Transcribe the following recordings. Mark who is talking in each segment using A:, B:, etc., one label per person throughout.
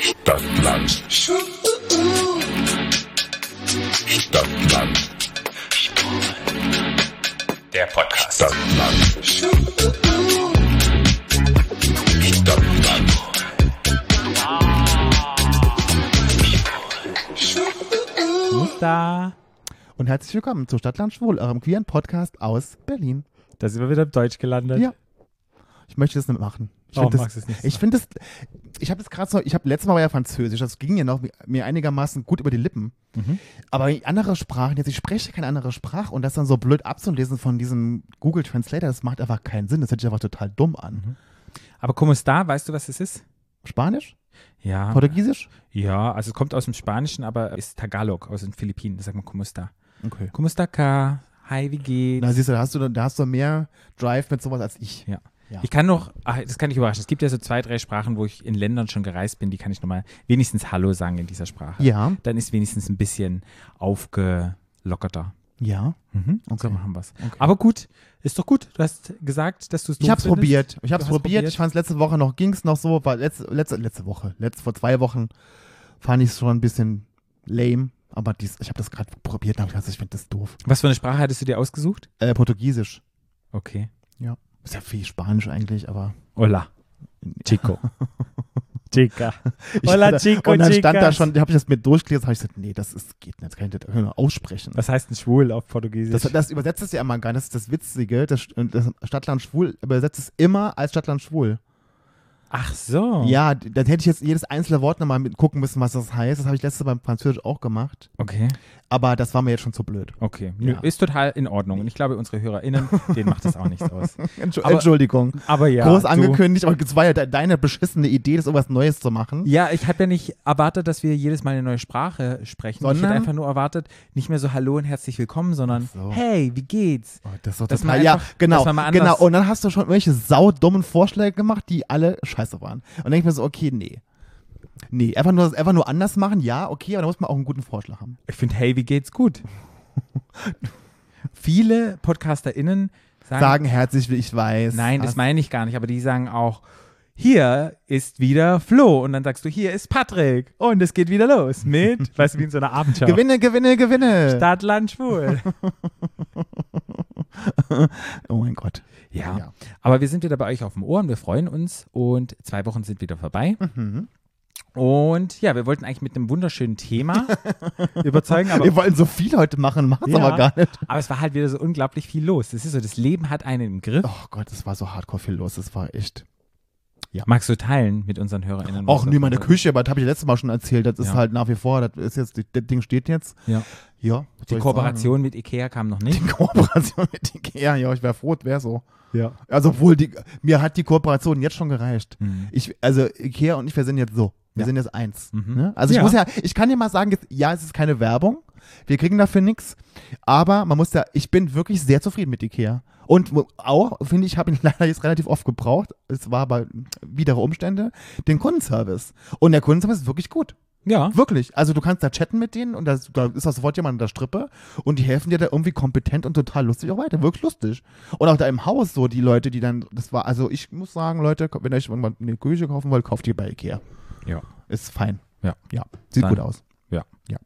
A: Stadtland. Stadtland.
B: Der Podcast.
A: Stadtland. Stadtland.
C: Da.
D: Und herzlich willkommen zu Stadtland Schwul, eurem queeren Podcast aus Berlin.
C: Da sind wir wieder im Deutsch gelandet.
D: Ja. Ich möchte das nicht machen. Ich
C: Warum
D: finde das,
C: magst du es nicht
D: Ich finde das, ich habe das gerade so, ich habe letztes Mal war ja Französisch, das ging ja noch mir einigermaßen gut über die Lippen. Aber andere Sprachen, jetzt ich spreche keine andere Sprache und das dann so blöd abzulesen von diesem Google Translator, das macht einfach keinen Sinn. Das hört sich einfach total dumm an.
C: Aber como está, weißt du, was es ist?
D: Spanisch? Ah,
C: Ja.
D: Portugiesisch?
C: Ja, also es kommt aus dem Spanischen, aber ist Tagalog aus den Philippinen. Da sagt man como está.
D: Okay.
C: Como está ka? Hi, wie geht's?
D: Na siehst du, da hast du, da hast du mehr Drive mit sowas als ich.
C: ja.
D: Ja.
C: Ich kann noch, ach, das kann ich überraschen. Es gibt ja so zwei, drei Sprachen, wo ich in Ländern schon gereist bin, die kann ich nochmal wenigstens Hallo sagen in dieser Sprache.
D: Ja.
C: Dann ist wenigstens ein bisschen aufgelockerter.
D: Ja.
C: Mhm.
D: Okay.
C: So machen wir's. Aber gut, ist doch gut. Du hast gesagt, dass du es
D: Ich hab's probiert. Ich hab's
C: Du hast
D: probiert. Ich fand's letzte Woche noch, ging's noch so, war letzte, letzte, letzte Woche, letzte, vor zwei Wochen fand ich's schon ein bisschen lame, aber dies, ich habe das gerade probiert, da hab ich gedacht, ich find das doof.
C: Was für eine Sprache hattest du dir ausgesucht?
D: Äh, Portugiesisch.
C: Okay.
D: Ja. Ist ja viel Spanisch eigentlich, aber.
C: Hola. Chico. Chica.
D: Ich
C: Hola,
D: hatte-
C: Chico,
D: Und dann stand da
C: Chicas.
D: schon, habe ich das mir durchgelesen, habe ich gesagt, nee, das ist, geht nicht, das kann ich nicht kann ich nur aussprechen.
C: Was heißt denn schwul auf Portugiesisch?
D: Das, das übersetzt es ja immer gar nicht, das ist das Witzige, das, das Stadtland Schwul übersetzt es immer als Stadtland Schwul.
C: Ach so.
D: Ja, dann hätte ich jetzt jedes einzelne Wort nochmal mit- gucken müssen, was das heißt. Das habe ich letztes Mal beim Französisch auch gemacht.
C: Okay.
D: Aber das war mir jetzt schon zu blöd.
C: Okay. Nö,
D: Ja.
C: Ist total in Ordnung. Und ich glaube, unsere HörerInnen, denen macht das auch nichts aus.
D: Entschu
C: Aber-
D: Entschuldigung.
C: Aber ja.
D: Groß
C: du-
D: angekündigt, aber es war ja de deine beschissene Idee, das irgendwas Neues zu machen.
C: Ja, ich habe ja nicht erwartet, dass wir jedes Mal eine neue Sprache sprechen. ich
D: Sondern?
C: hätte einfach nur erwartet, nicht mehr so Hallo und herzlich willkommen, sondern
D: Ach so.
C: Hey, wie geht's?
D: Oh, das ist doch
C: Dass
D: total,
C: man
D: ja,
C: einfach-
D: genau,
C: dass man mal anders-
D: genau. Und dann hast du schon irgendwelche saudummen Vorschläge gemacht, die alle scheiße waren. Und dann denke ich mir so, okay, nee. Nee, einfach nur, einfach nur anders machen, ja, okay, aber da muss man auch einen guten Vorschlag haben.
C: Ich finde Hey, wie geht's gut. Viele PodcasterInnen sagen,
D: Sagen herzlich, wie ich weiß. Ah,
C: Nein, das
D: Hast-
C: meine ich gar nicht, aber die sagen auch, hier ist wieder Flo. Und dann sagst du, hier ist Patrick. Und es geht wieder los mit, weißt du, wie in so einer Abendschau.
D: Gewinne, gewinne, gewinne.
C: Stadt, Land, Schwul.
D: oh mein Gott.
C: Ja.
D: Ja.
C: aber wir sind wieder bei euch auf dem Ohr und wir freuen uns. Und zwei Wochen sind wieder vorbei.
D: Mhm.
C: Und ja, wir wollten eigentlich mit einem wunderschönen Thema überzeugen, aber,
D: Wir wollten so viel heute machen, machen es
C: Ja.
D: aber gar nicht.
C: aber es war halt wieder so unglaublich viel los. Es ist so, das Leben hat einen im Griff.
D: Oh Gott, es war so hardcore viel los. Das war echt.
C: Magst du teilen mit unseren HörerInnen?
D: Auch nie
C: niemand
D: meine Küche, aber das habe ich letztes Mal schon erzählt. Das ist
C: Ja.
D: halt nach wie vor, das ist jetzt, das Ding steht jetzt.
C: Ja.
D: Ja. was soll
C: Die
D: ich
C: Kooperation mit Ikea kam noch
D: sagen?
C: nicht.
D: Die Kooperation mit Ikea, ja, ich wäre froh, wäre so.
C: Ja.
D: Also, obwohl, die, mir hat die Kooperation jetzt schon gereicht.
C: Mhm.
D: Ich, also, Ikea und ich, wir sind jetzt so. Wir
C: Ja.
D: sind jetzt eins.
C: Mhm.
D: Ne? Also, ich
C: Ja.
D: muss ja, ich kann dir mal sagen, jetzt, ja, es ist keine Werbung. Wir kriegen dafür nichts. Aber man muss ja, ich bin wirklich sehr zufrieden mit Ikea. Und wo- auch, finde ich, habe ihn leider jetzt relativ oft gebraucht. Es war aber widere Umstände. Den Kundenservice. Und der Kundenservice ist wirklich gut.
C: Ja.
D: Wirklich. Also du kannst da chatten mit denen und da, da ist auch sofort jemand in der Strippe und die helfen dir da irgendwie kompetent und total lustig auch weiter. Wirklich lustig. Und auch da im Haus so die Leute, die dann, das war, also ich muss sagen, Leute, wenn ihr euch irgendwann eine Küche kaufen wollt, kauft die bei Ikea.
C: Ja.
D: Ist fein.
C: Ja.
D: Ja. Sieht
C: Fein.
D: gut aus.
C: Ja.
D: Ja.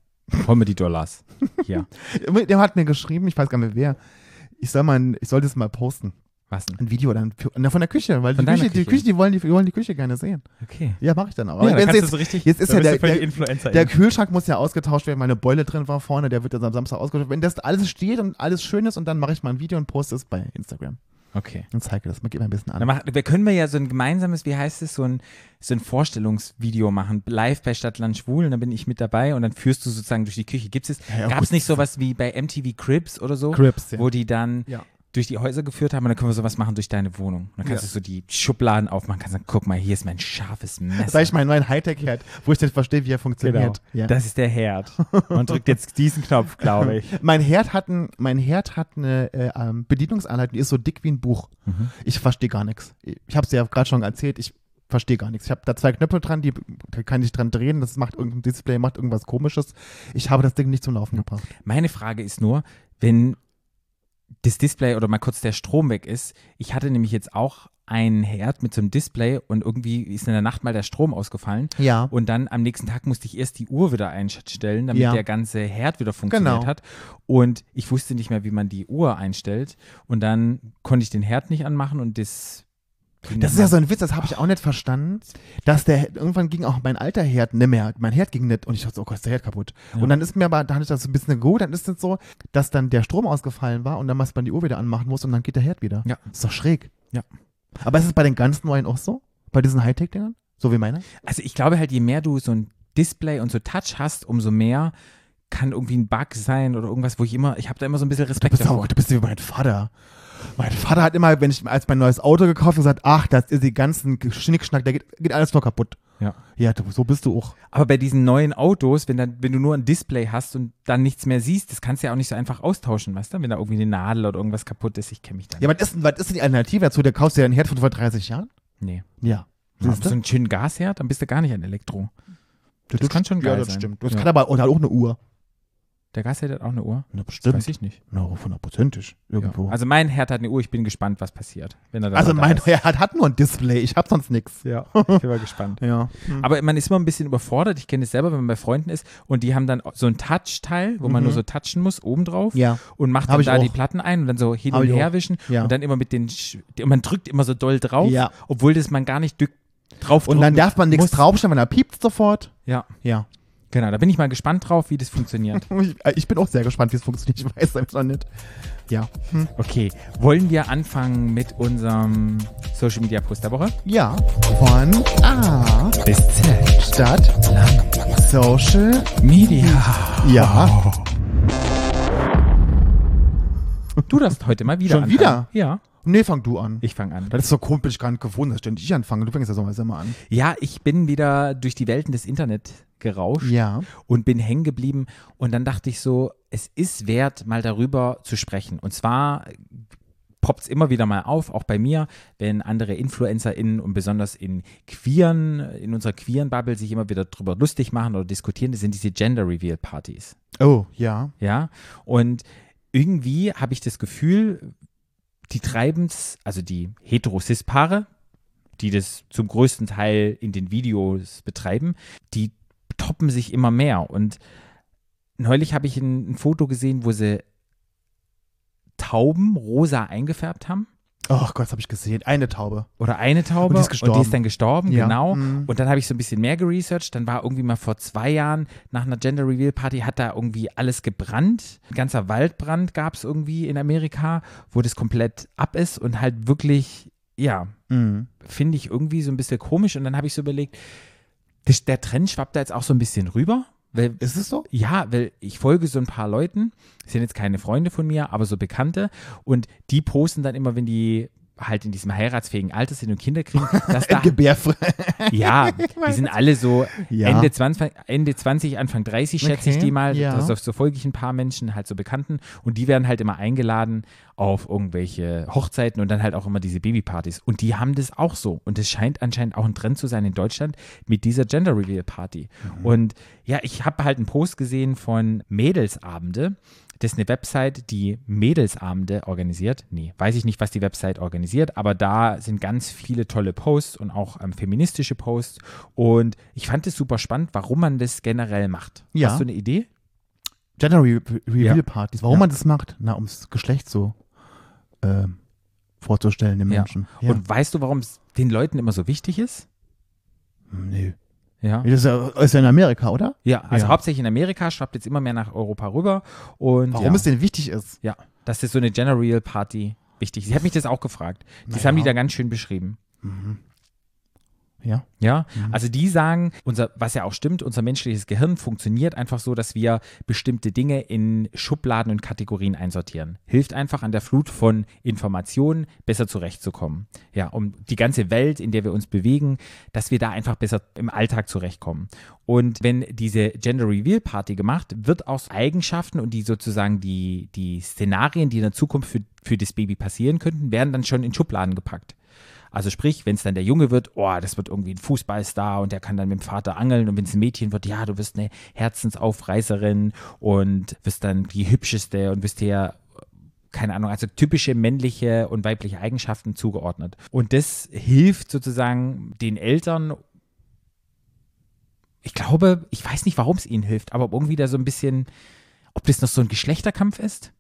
C: Comedy Dollars. Ja.
D: Der hat mir geschrieben, ich weiß gar nicht mehr wer, ich soll mal, ein, ich soll das mal posten.
C: Was denn?
D: Ein Video dann für- na, von der Küche, weil
C: Von
D: die
C: deiner
D: Küche, die
C: Küche.
D: Küche, die wollen die, die wollen die Küche gerne sehen.
C: Okay.
D: Ja, mache ich dann auch. Aber wenn's Oh, jetzt-
C: richtig.
D: jetzt ist
C: da
D: ja
C: bist
D: der-
C: du völlig
D: der-
C: Influencer.
D: Der Kühlschrank muss ja ausgetauscht werden, meine Beule drin war vorne, der wird dann am Samstag ausgetauscht. Wenn das alles steht und alles schön ist und dann mache ich mal ein Video und poste es bei Instagram
C: okay.
D: und zeige das. Man geht mal ein bisschen
C: Dann
D: an.
C: mach, wir können wir ja so ein gemeinsames, wie heißt es, so ein, so ein Vorstellungsvideo machen, live bei Stadtland Schwul und dann bin ich mit dabei und dann führst du sozusagen durch die Küche. Gibt es,
D: Ja, ja,
C: gab es
D: gut.
C: nicht sowas wie bei MTV Cribs oder so,
D: Cribs, ja.
C: wo die dann
D: Ja.
C: durch die Häuser geführt haben und dann können wir sowas machen durch deine Wohnung. Und dann kannst
D: Ja.
C: du so die Schubladen aufmachen, kannst sagen, guck mal, hier ist mein scharfes Messer.
D: Sag ich meinen neuen Hightech-Herd, wo ich nicht verstehe, wie er
C: genau.
D: funktioniert. Ja.
C: Das ist der Herd. Man drückt jetzt diesen Knopf, glaube ich.
D: Mein Herd hat, ein, mein Herd hat eine äh, ähm, Bedienungsanleitung, die ist so dick wie ein Buch.
C: Mhm.
D: Ich verstehe gar nichts. Ich habe es ja gerade schon erzählt, ich verstehe gar nichts. Ich habe da zwei Knöpfe dran, die da kann ich dran drehen, das macht irgendein Display, macht irgendwas komisches. Ich habe das Ding nicht zum Laufen gebracht.
C: Meine Frage ist nur, wenn das Display oder mal kurz der Strom weg ist, ich hatte nämlich jetzt auch einen Herd mit so einem Display und irgendwie ist in der Nacht mal der Strom ausgefallen.
D: Ja.
C: Und dann am nächsten Tag musste ich erst die Uhr wieder einstellen, damit
D: Ja.
C: der ganze Herd wieder funktioniert
D: Genau.
C: hat. Und ich wusste nicht mehr, wie man die Uhr einstellt. Und dann konnte ich den Herd nicht anmachen und das.
D: Das ist ja so ein Witz, das habe ich auch nicht verstanden, dass der irgendwann ging auch mein alter Herd nicht mehr, mein Herd ging nicht und ich dachte, so, oh Gott, ist der Herd kaputt. Und dann ist mir aber, da hatte ich das so ein bisschen gut, dann ist es so, dass dann der Strom ausgefallen war und dann muss man die Uhr wieder anmachen muss und dann geht der Herd wieder.
C: Ja.
D: Ist doch schräg.
C: Ja.
D: Aber ist es bei den ganz neuen auch so? Bei diesen Hightech-Dingern? So wie meiner?
C: Also ich glaube halt, je mehr du so ein Display und so Touch hast, umso mehr kann irgendwie ein Bug sein oder irgendwas, wo ich immer, ich habe da immer so ein bisschen
D: Du
C: Respekt
D: bist,
C: davor.
D: auch, du bist wie mein Vater. Mein Vater hat immer, wenn ich als mein neues Auto gekauft habe, gesagt, ach, das ist die ganzen Schnickschnack, da geht, geht alles doch kaputt.
C: Ja.
D: Ja, du, so bist du auch.
C: Aber bei diesen neuen Autos, wenn, dann, wenn du nur ein Display hast und dann nichts mehr siehst, das kannst du ja auch nicht so einfach austauschen, weißt du? Wenn da irgendwie eine Nadel oder irgendwas kaputt ist, ich kenne mich da nicht.
D: Ja, was ist, denn- was ist denn die Alternative dazu? Der kaufst dir einen Herd von vor 30 Jahren?
C: Nee.
D: Ja.
C: Aber
D: Siehst
C: so
D: du?
C: einen schönen Gasherd, dann bist du gar nicht an Elektro. Das, kann schon geil
D: Ja, das
C: sein.
D: stimmt. Das
C: Ja.
D: kann aber oder auch eine Uhr.
C: Der Gasherd hat auch eine Uhr.
D: Na,
C: Weiß ich nicht.
D: Na, hundertprozentig.
C: Ja.
D: Irgendwo.
C: Also mein Herd hat eine Uhr, ich bin gespannt, was passiert. Wenn er dann
D: Also
C: mal da
D: mein
C: ist.
D: neuer hat, hat nur ein Display, ich hab sonst nichts.
C: Ja, ich bin mal gespannt.
D: Ja.
C: Aber man ist immer ein bisschen überfordert. Ich kenne es selber, wenn man bei Freunden ist und die haben dann so ein Touch-Teil, wo man
D: Mhm.
C: nur so touchen muss, oben drauf
D: Ja.
C: und macht
D: Hab
C: dann
D: ich
C: da die
D: auch.
C: Platten ein und dann so hin
D: Hab
C: und
D: ich
C: her
D: auch.
C: wischen
D: Ja.
C: und dann immer mit den, Sch und man drückt immer so doll drauf,
D: Ja.
C: obwohl das man gar nicht dück- drauf
D: Und dann
C: drücken
D: darf man nichts
C: muss.
D: draufstellen, weil er piept sofort.
C: Ja,
D: Ja.
C: genau. Da bin ich mal gespannt drauf, wie das funktioniert.
D: Ich, äh, ich bin auch sehr gespannt, wie es funktioniert. Ich weiß es noch nicht. Ja. Hm.
C: Okay, wollen wir anfangen mit unserem Social Media Post der Woche?
D: Ja. Von A
C: Bis Z.
D: statt Social.
C: Media. Oh.
D: Ja.
C: Du darfst heute mal wieder
D: Schon
C: anfangen.
D: wieder?
C: Ja,
D: Nee, fang du an.
C: ich fange an.
D: das ist so komisch, bin ich gar nicht gewohnt, dass ständig ich anfange. Du fängst ja sowas immer an.
C: Ja, ich bin wieder durch die Welten des Internet gerauscht
D: Ja.
C: und bin hängen geblieben. Und dann dachte ich so, es ist wert, mal darüber zu sprechen. Und zwar poppt es immer wieder mal auf, auch bei mir, wenn andere InfluencerInnen und besonders in queeren, in unserer queeren Bubble sich immer wieder drüber lustig machen oder diskutieren, das sind diese Gender Reveal Partys.
D: Oh, ja.
C: Ja. Und irgendwie habe ich das Gefühl, die treiben's, also die Heterosis-Paare, die das zum größten Teil in den Videos betreiben, die toppen sich immer mehr. Und neulich habe ich ein, ein Foto gesehen, wo sie Tauben rosa eingefärbt haben.
D: Oh Gott, das habe ich gesehen. Eine Taube.
C: Oder eine Taube.
D: Und die ist gestorben.
C: dann gestorben,
D: Ja.
C: genau.
D: Mhm.
C: Und dann habe ich so ein bisschen mehr geresearched. Dann war irgendwie mal vor zwei Jahren nach einer Gender Reveal Party hat da irgendwie alles gebrannt. Ein ganzer Waldbrand gab es irgendwie in Amerika, wo das komplett ab ist und halt wirklich, ja,
D: Mhm.
C: finde ich irgendwie so ein bisschen komisch. Und dann habe ich so überlegt, das, der Trend schwappt da jetzt auch so ein bisschen rüber. Weil
D: Ist es so?
C: ja, weil ich folge so ein paar Leuten, das sind jetzt keine Freunde von mir, aber so Bekannte und die posten dann immer, wenn die halt in diesem heiratsfähigen Alter sind und Kinder kriegen, dass da,
D: Gebärfrei.
C: ja, die sind alle so
D: Ja.
C: Ende, 20, Ende 20, Anfang 30 schätze ich
D: Okay,
C: die mal,
D: ja.
C: das, so folge ich ein paar Menschen, halt so Bekannten und die werden halt immer eingeladen auf irgendwelche Hochzeiten und dann halt auch immer diese Babypartys und die haben das auch so und es scheint anscheinend auch ein Trend zu sein in Deutschland mit dieser Gender Reveal Party
D: Mhm.
C: und ja, ich habe halt einen Post gesehen von Mädelsabende. Das ist eine Website, die Mädelsabende organisiert. Nee, weiß ich nicht, was die Website organisiert, aber da sind ganz viele tolle Posts und auch ähm, feministische Posts. Und ich fand es super spannend, warum man das generell macht.
D: Ja.
C: Hast du eine Idee?
D: Gender Re Reveal
C: Ja.
D: Partys. Warum
C: Ja.
D: man das macht? Na, ums Geschlecht so ähm, vorzustellen den Menschen. Ja.
C: Und weißt du, warum es den Leuten immer so wichtig ist?
D: nee.
C: Ja.
D: Das ist ja, ist ja in Amerika, oder?
C: Ja, also
D: Ja.
C: hauptsächlich in Amerika, schwappt jetzt immer mehr nach Europa rüber. Und
D: Warum
C: ja.
D: es denn wichtig ist?
C: Ja, das ist so eine Gender Real Party wichtig. Sie hat mich das auch gefragt. Das
D: Naja.
C: haben die da ganz schön beschrieben.
D: Ja.
C: Ja, also die sagen, unser, was ja auch stimmt, unser menschliches Gehirn funktioniert einfach so, dass wir bestimmte Dinge in Schubladen und Kategorien einsortieren. Hilft einfach an der Flut von Informationen besser zurechtzukommen. Ja, um die ganze Welt, in der wir uns bewegen, dass wir da einfach besser im Alltag zurechtkommen. Und wenn diese Gender Reveal Party gemacht, wird aus Eigenschaften und die sozusagen die, die Szenarien, die in der Zukunft für, für das Baby passieren könnten, werden dann schon in Schubladen gepackt. Also sprich, wenn es dann der Junge wird, oh, das wird irgendwie ein Fußballstar und der kann dann mit dem Vater angeln und wenn es ein Mädchen wird, ja, du wirst eine Herzensaufreißerin und wirst dann die hübscheste und wirst hier keine Ahnung, also typische männliche und weibliche Eigenschaften zugeordnet. Und das hilft sozusagen den Eltern. Ich glaube, ich weiß nicht, warum es ihnen hilft, aber ob irgendwie da so ein bisschen, ob das noch so ein Geschlechterkampf ist.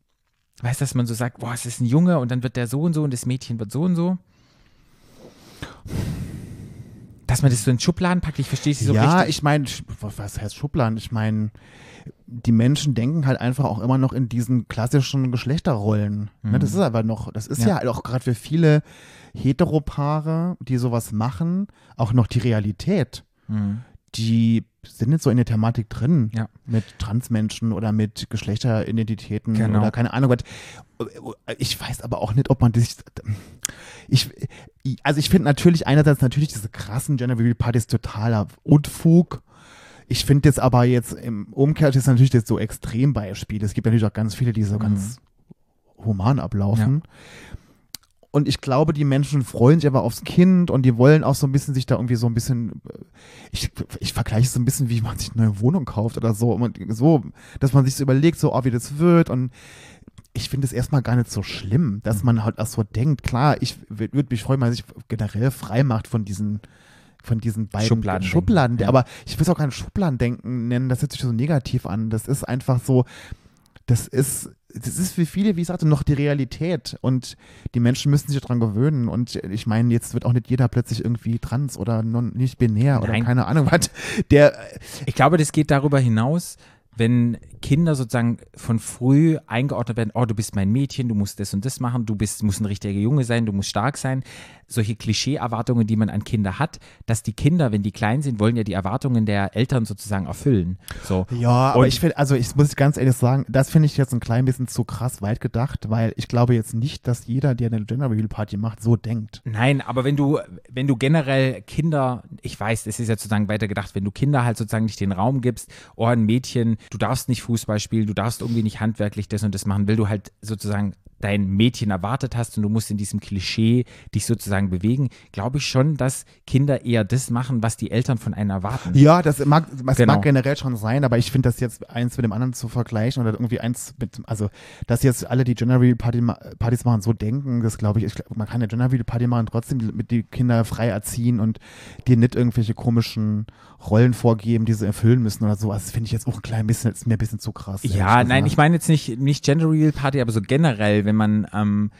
C: Weißt du, dass man so sagt, boah, es ist ein Junge und dann wird der so und so und das Mädchen wird so und so. Dass man das so in Schubladen packt, ich verstehe es nicht so
D: ja,
C: richtig.
D: ich meine, Sch- was heißt Schubladen? Ich meine, die Menschen denken halt einfach auch immer noch in diesen klassischen Geschlechterrollen. Ne, das ist aber noch, das ist
C: Mhm. Ja.
D: ja, auch gerade für viele Heteropaare, die sowas machen, auch noch die Realität.
C: Mhm.
D: Die sind jetzt so in der Thematik drin.
C: Ja.
D: Mit Transmenschen oder mit Geschlechteridentitäten
C: Genau.
D: oder keine Ahnung. was. Ich weiß aber auch nicht, ob man das. Ich, also ich finde natürlich einerseits natürlich diese krassen Gender Reveal Partys totaler Unfug. Ich finde jetzt aber jetzt im Umkehrschluss ist natürlich jetzt so Extrembeispiel. Es gibt natürlich auch ganz viele, die
C: Mhm.
D: so ganz human ablaufen. Und ich glaube, die Menschen freuen sich aber aufs Kind und die wollen auch so ein bisschen sich da irgendwie so ein bisschen, ich, ich vergleiche es so ein bisschen, wie man sich eine neue Wohnung kauft oder so, Und so, dass man sich so überlegt, so, oh, wie das wird und ich finde es erstmal gar nicht so schlimm, dass man halt auch so denkt. Klar, ich würde mich freuen, wenn man sich generell frei macht von diesen, von diesen beiden
C: Schubladendenken.
D: Schubladen.
C: Ja.
D: Aber ich will es auch kein Schubladendenken nennen, das hört sich so negativ an. Das ist einfach so, das ist, das ist für viele, wie ich sagte, noch die Realität. Und die Menschen müssen sich daran gewöhnen. Und ich meine, jetzt wird auch nicht jeder plötzlich irgendwie trans oder non, nicht binär oder
C: Nein.
D: keine Ahnung was. Der,
C: Ich glaube, das geht darüber hinaus, wenn Kinder sozusagen von früh eingeordnet werden, oh, du bist mein Mädchen, du musst das und das machen, du bist, musst ein richtiger Junge sein, du musst stark sein. Solche Klischee-Erwartungen, die man an Kinder hat, dass die Kinder, wenn die klein sind, wollen ja die Erwartungen der Eltern sozusagen erfüllen. So.
D: Ja, aber
C: Und-
D: ich finde, also ich muss ganz ehrlich sagen, das finde ich jetzt ein klein bisschen zu krass weit gedacht, weil ich glaube jetzt nicht, dass jeder, der eine Gender Reveal Party macht, so denkt.
C: Nein, aber wenn du, wenn du generell Kinder, ich weiß, es ist ja sozusagen weitergedacht, wenn du Kinder halt sozusagen nicht den Raum gibst, oh, ein Mädchen, du darfst nicht Fußball spielen, du darfst irgendwie nicht handwerklich das und das machen, weil du halt sozusagen dein Mädchen erwartet hast und du musst in diesem Klischee dich sozusagen bewegen, glaube ich schon, dass Kinder eher das machen, was die Eltern von einem erwarten.
D: Ja, das mag, das
C: Genau.
D: mag generell schon sein, aber ich finde das jetzt eins mit dem anderen zu vergleichen oder irgendwie eins mit, also, dass jetzt alle die Gender Reveal Party, ma- Partys machen, so denken, das glaube ich, ich glaub, man kann eine Gender Reveal Party machen, trotzdem die- mit die Kinder frei erziehen und dir nicht irgendwelche komischen Rollen vorgeben, die sie erfüllen müssen oder so. Also, das finde ich jetzt auch ein klein bisschen, ist mir ein bisschen zu krass.
C: Ja,
D: ehrlich
C: nein,
D: gesagt.
C: ich meine jetzt nicht, nicht Gender Real Party, aber so generell, wenn man ähm,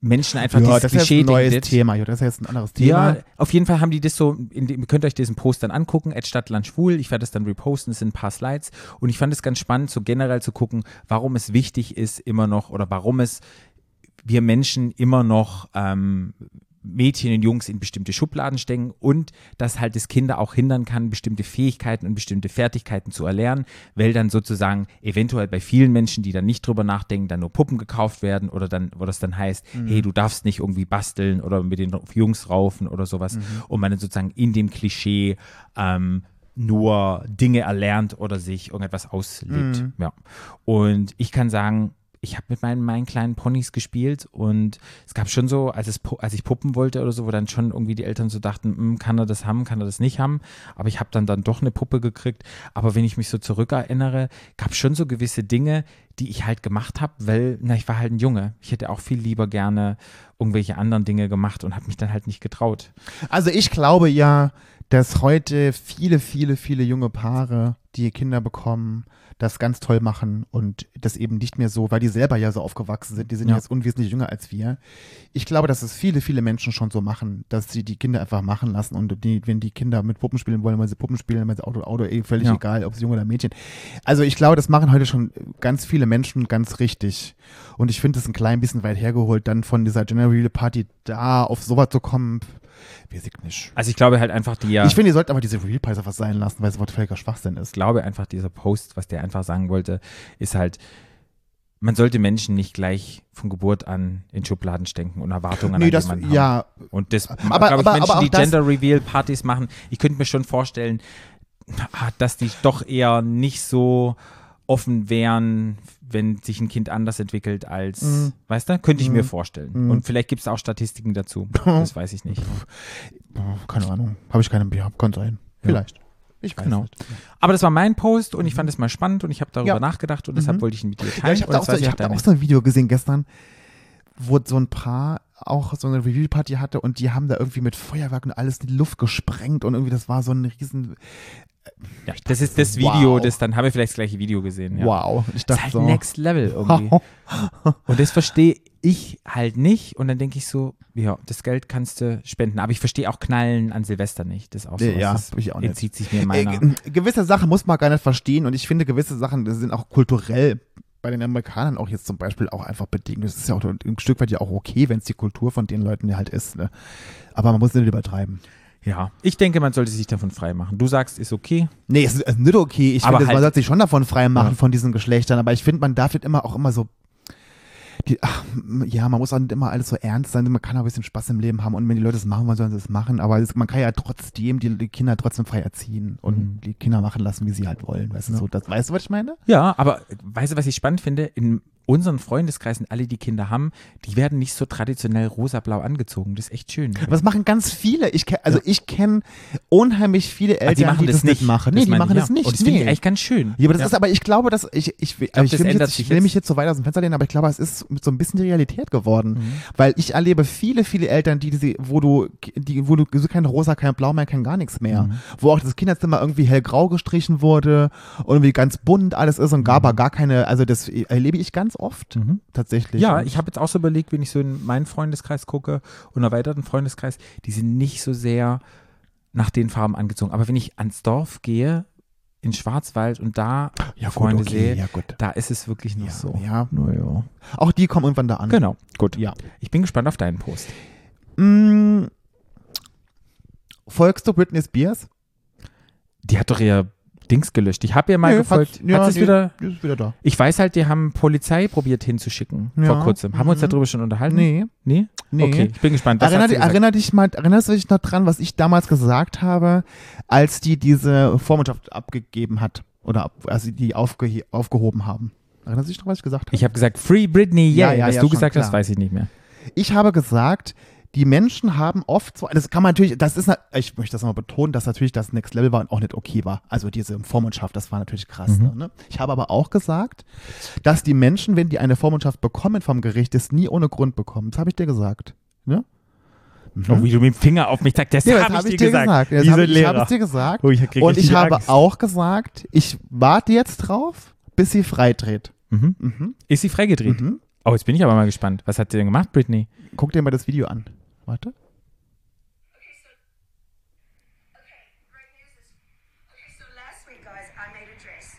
C: Menschen einfach
D: ja,
C: dieses
D: das ist
C: Klischee
D: jetzt ein neues
C: denkt,
D: Thema. Ja, das ist jetzt ein anderes Thema.
C: Ja, auf jeden Fall haben die das so, in dem, ihr könnt euch diesen Post dann angucken, at Stadtland Schwul, ich werde das dann reposten, es sind ein paar Slides und ich fand es ganz spannend, so generell zu gucken, warum es wichtig ist immer noch oder warum es wir Menschen immer noch ähm, Mädchen und Jungs in bestimmte Schubladen stecken und dass halt das Kinder auch hindern kann, bestimmte Fähigkeiten und bestimmte Fertigkeiten zu erlernen, weil dann sozusagen eventuell bei vielen Menschen, die dann nicht drüber nachdenken, dann nur Puppen gekauft werden oder dann, wo das dann heißt, hey, du darfst nicht irgendwie basteln oder mit den Jungs raufen oder sowas und man dann sozusagen in dem Klischee ähm, nur Dinge erlernt oder sich irgendetwas auslebt. Ja. Und ich kann sagen, ich habe mit meinen, meinen kleinen Ponys gespielt und es gab schon so, als, es, Pu- als ich puppen wollte oder so, wo dann schon irgendwie die Eltern so dachten, "Hm, kann er das haben, kann er das nicht haben. Aber ich habe dann dann doch eine Puppe gekriegt. Aber wenn ich mich so zurückerinnere, gab es schon so gewisse Dinge, die ich halt gemacht habe, weil, na, ich war halt ein Junge. Ich hätte auch viel lieber gerne irgendwelche anderen Dinge gemacht und habe mich dann halt nicht getraut.
D: Also ich glaube ja, dass heute viele, viele, viele junge Paare, die Kinder bekommen, das ganz toll machen und das eben nicht mehr so, weil die selber ja so aufgewachsen sind, die sind
C: Ja.
D: ja. jetzt unwesentlich jünger als wir. Ich glaube, dass es viele, viele Menschen schon so machen, dass sie die Kinder einfach machen lassen und die, wenn die Kinder mit Puppen spielen wollen, wollen sie Puppen spielen, wenn sie Auto, Auto, eh völlig
C: Ja.
D: egal, ob es Junge oder Mädchen. Also ich glaube, das machen heute schon ganz viele Menschen ganz richtig. Und ich finde es ein klein bisschen weit hergeholt, dann von dieser General Party da auf sowas zu kommen, weiß ich nicht.
C: Also ich glaube halt einfach, die ja.
D: Ich finde, ihr sollten aber diese Real Preis einfach sein lassen, weil es völliger Schwachsinn ist.
C: glaube einfach, dieser Post, was der einfach sagen wollte, ist halt, man sollte Menschen nicht gleich von Geburt an in Schubladen stecken und Erwartungen an
D: das,
C: jemanden haben.
D: ja,
C: Und das, aber,
D: aber-
C: glaube ich,
D: aber
C: Menschen,
D: auch
C: die
D: das-
C: Gender-Reveal-Partys machen, ich könnte mir schon vorstellen, ah, dass die doch eher nicht so offen wären, wenn sich ein Kind anders entwickelt als,
D: Mhm.
C: weißt du, könnte ich mir vorstellen. Und vielleicht gibt es auch Statistiken dazu, das weiß ich nicht.
D: oh, keine Ahnung, habe ich keine, ja, kann sein, vielleicht. Ich weiß
C: Genau.
D: nicht.
C: Aber das war mein Post und ich fand es mal spannend und ich habe darüber
D: Mhm. Ja.
C: nachgedacht und deshalb
D: Mhm.
C: wollte ich ihn mit dir teilen.
D: Ja, ich habe
C: und
D: da,
C: das
D: auch so,
C: weiß
D: ich hab
C: auch
D: da
C: deine-
D: auch so ein Video gesehen gestern, wo so ein Paar auch so eine Review-Party hatte und die haben da irgendwie mit Feuerwerk und alles in die Luft gesprengt und irgendwie das war so ein riesen
C: ja, das ist das Video,
D: Wow.
C: das dann haben wir vielleicht das gleiche Video gesehen. Ja.
D: Wow. Ich
C: Das ist
D: dachte
C: halt
D: so,
C: Next Level irgendwie. Und das verstehe ich halt nicht. Und dann denke ich so, ja, das Geld kannst du spenden. Aber ich verstehe auch Knallen an Silvester nicht. Das ist auch so.
D: Nee, ja,
C: das
D: hab ich auch nicht.
C: entzieht sich mir
D: Äh,
C: meiner.
D: ge- gewisse Sachen muss man gar nicht verstehen und ich finde, gewisse Sachen das sind auch kulturell bei den Amerikanern auch jetzt zum Beispiel auch einfach bedingt. Das ist ja auch ein Stück weit ja auch okay, wenn es die Kultur von den Leuten halt ist. Ne? Aber man muss nicht übertreiben.
C: ja, ich denke, man sollte sich davon frei machen. Du sagst, ist okay.
D: Nee, es ist es ist nicht okay. Ich
C: Aber
D: finde, man
C: halt-
D: sollte sich schon davon frei machen
C: Ja.
D: von diesen Geschlechtern, aber ich finde, man darf jetzt immer auch immer so. Die, ach, m- ja, man muss auch nicht immer alles so ernst sein. Man kann auch ein bisschen Spaß im Leben haben und wenn die Leute das machen wollen, sollen sie es machen. Aber es, man kann ja trotzdem die, die Kinder trotzdem frei erziehen und die Kinder machen lassen, wie sie halt wollen. Weißt, du, so, das, weißt du, was ich meine?
C: Mhm. Ja, aber weißt du, was ich spannend finde? In unseren Freundeskreisen, alle, die Kinder haben, die werden nicht so traditionell rosa-blau angezogen. Das ist echt schön. Also
D: Aber das machen ganz viele. Ich kenn, also ich kenne unheimlich viele Eltern,
C: Also die machen das, nicht.
D: machen.
C: Das
D: Nee, die
C: meine
D: machen
C: ich,
D: das
C: ja.
D: nicht.
C: Und das finde ich
D: nee.
C: eigentlich ganz schön.
D: Ja, aber das ist aber, ich glaube, dass ich, ich, will-
C: glaub,
D: ich,
C: das
D: will, mich
C: ändert
D: jetzt,
C: sich
D: ich will mich
C: jetzt.
D: jetzt so weit aus dem Fenster lehnen, aber ich glaube, es ist so ein bisschen die Realität geworden.
C: Mhm.
D: Weil ich erlebe viele, viele Eltern, die, die wo du, die, wo du so kein Rosa, kein Blau mehr, kein gar nichts mehr.
C: Mhm.
D: Wo auch das Kinderzimmer irgendwie hellgrau gestrichen wurde und irgendwie ganz bunt alles ist und gab
C: Mhm.
D: aber gar keine, also das erlebe ich ganz oft tatsächlich.
C: Ja,
D: Und-
C: ich habe jetzt auch so überlegt, wenn ich so in meinen Freundeskreis gucke und erweiterten Freundeskreis, die sind nicht so sehr nach den Farben angezogen. Aber wenn ich ans Dorf gehe, in Schwarzwald und da
D: ja, gut,
C: Freunde
D: okay,
C: sehe,
D: ja, gut.
C: da ist es wirklich noch
D: Ja,
C: so.
D: ja, na ja. Auch die kommen irgendwann da an.
C: Genau, gut.
D: Ja.
C: Ich bin gespannt auf deinen Post.
D: Mm, folgst du Britney Spears?
C: Die hat doch ihr Dings gelöscht. Ich habe ihr mal
D: Nö,
C: gefolgt.
D: hat- ja,
C: hat sie's
D: nee.
C: wieder.
D: Die ist wieder da.
C: Ich weiß halt, die haben Polizei probiert hinzuschicken vor
D: Ja.
C: kurzem. Haben wir uns
D: Mhm.
C: darüber schon unterhalten?
D: Nee.
C: Nee?
D: Nee.
C: Okay, ich bin gespannt. Was hat
D: Erinner,
C: sie
D: dich-
C: gesagt?
D: erinner dich mal, erinnerst du dich noch dran, was ich damals gesagt habe, als die diese Vormundschaft abgegeben hat? Oder ab, also die aufgehe- aufgehoben haben? Erinnerst du dich noch, was ich gesagt habe?
C: ich habe gesagt, Free Britney,
D: Ja,
C: yeah.
D: ja,
C: Was
D: ja,
C: du
D: schon
C: gesagt hast,
D: klar.
C: weiß ich nicht mehr.
D: Ich habe gesagt, die Menschen haben oft so, das kann man natürlich, das ist, na- ich möchte das nochmal betonen, dass natürlich das Next Level war und auch nicht okay war. Also diese Vormundschaft, das war natürlich krass. Ne? Ich habe aber auch gesagt, dass die Menschen, wenn die eine Vormundschaft bekommen vom Gericht, das nie ohne Grund bekommen. Das habe ich dir gesagt. Ne?
C: Oh, wie du mit dem Finger auf mich zeigst, das
D: Ja,
C: habe ich, dir gesagt.
D: Das
C: Diese
D: hab, ich- ich
C: Lehrer.
D: habe es dir gesagt.
C: Oh, ich krieg
D: und
C: richtig
D: ich habe
C: Angst.
D: auch gesagt, ich warte jetzt drauf, bis sie freidreht.
C: Mhm.
D: Mhm.
C: Ist sie freigedreht? Oh, jetzt bin ich aber mal gespannt. Was hat sie denn gemacht, Britney?
D: Guck dir mal das Video an. Warte.
B: Great news is, okay, so last week, guys, I made a dress.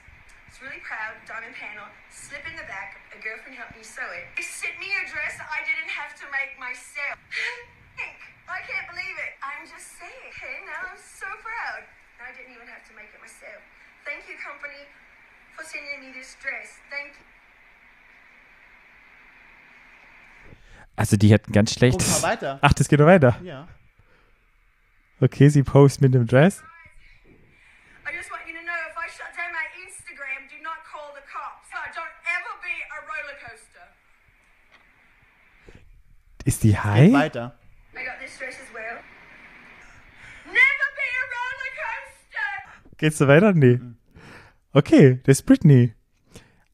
B: It's really proud, diamond panel, slip in the back. A girlfriend helped me sew it. They sent me a dress I didn't have to make myself. Pink. I can't believe it. I'm just saying. Okay, now I'm so proud. I didn't even have to make it myself. Thank you, company, for sending me this dress. Thank you.
C: Also, die hat ein ganz schlechtes.
D: Guck mal weiter.
C: Ach, das geht noch weiter.
D: Ja.
C: Okay, sie post mit dem Dress.
B: I just want you to know if I shut down my Instagram, do not call the cops. So don't ever be a roller coaster.
C: Ist die high?
D: Weiter.
B: I got this dress as well. Never be a roller coaster!
C: Geht's so weiter? Nee. Okay, das ist Britney.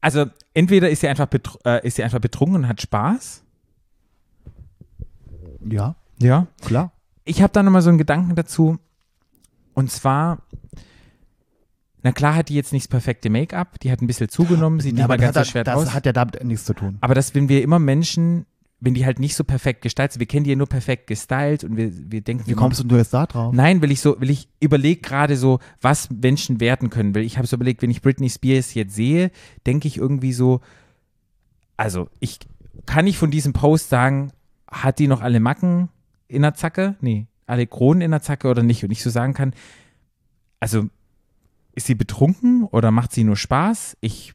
C: Also, entweder ist sie einfach, betr äh, ist sie einfach betrunken und hat Spaß.
D: Ja,
C: Ja.
D: klar.
C: ich habe da nochmal so einen Gedanken dazu. Und zwar, na klar hat die jetzt nicht das perfekte Make-up, die hat ein bisschen zugenommen, sieht
D: Ja,
C: nicht
D: aber
C: mal ganz
D: das,
C: so
D: hat,
C: schwer
D: das
C: aus.
D: hat ja damit nichts zu tun.
C: aber das, wenn wir immer Menschen, wenn die halt nicht so perfekt gestaltet sind, wir kennen die ja nur perfekt gestylt und wir, wir denken,
D: Wie kommst du nur jetzt da drauf?
C: Nein, weil ich so, weil ich überlege gerade so, was Menschen werten können. Weil ich habe so überlegt, wenn ich Britney Spears jetzt sehe, denke ich irgendwie so, also ich kann nicht von diesem Post sagen, hat die noch alle Macken in der Zacke? Nee, alle Kronen in der Zacke oder nicht? Und ich so sagen kann, also ist sie betrunken oder macht sie nur Spaß? Ich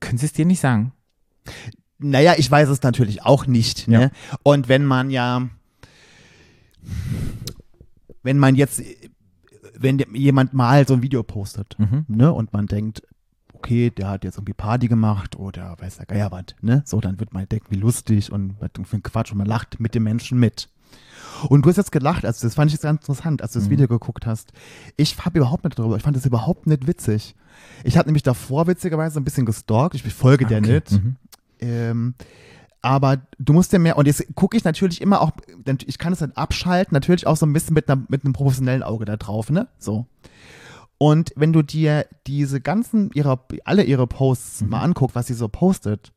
C: könnte es dir nicht sagen.
D: Naja, ich weiß es natürlich auch nicht. Ne? Und wenn man ja, wenn man jetzt, wenn jemand mal so ein Video postet ne? und man denkt, okay, der hat jetzt irgendwie Party gemacht oder weiß der Geier was, ne? so, dann wird man denken, wie lustig und was für ein Quatsch und man lacht mit dem Menschen mit. Und du hast jetzt gelacht, also das fand ich jetzt ganz interessant, als du das Video geguckt hast. Ich habe überhaupt nicht darüber, ich fand das überhaupt nicht witzig. Ich habe nämlich davor witzigerweise ein bisschen gestalkt, ich folge
C: Ah,
D: der
C: Mhm.
D: nicht. Ähm, aber du musst dir mehr, und jetzt gucke ich natürlich immer auch, denn ich kann es dann abschalten, natürlich auch so ein bisschen mit, einer, mit einem professionellen Auge da drauf, ne? So. Und wenn du dir diese ganzen, ihrer, alle ihre Posts mal anguckst, was sie so postet,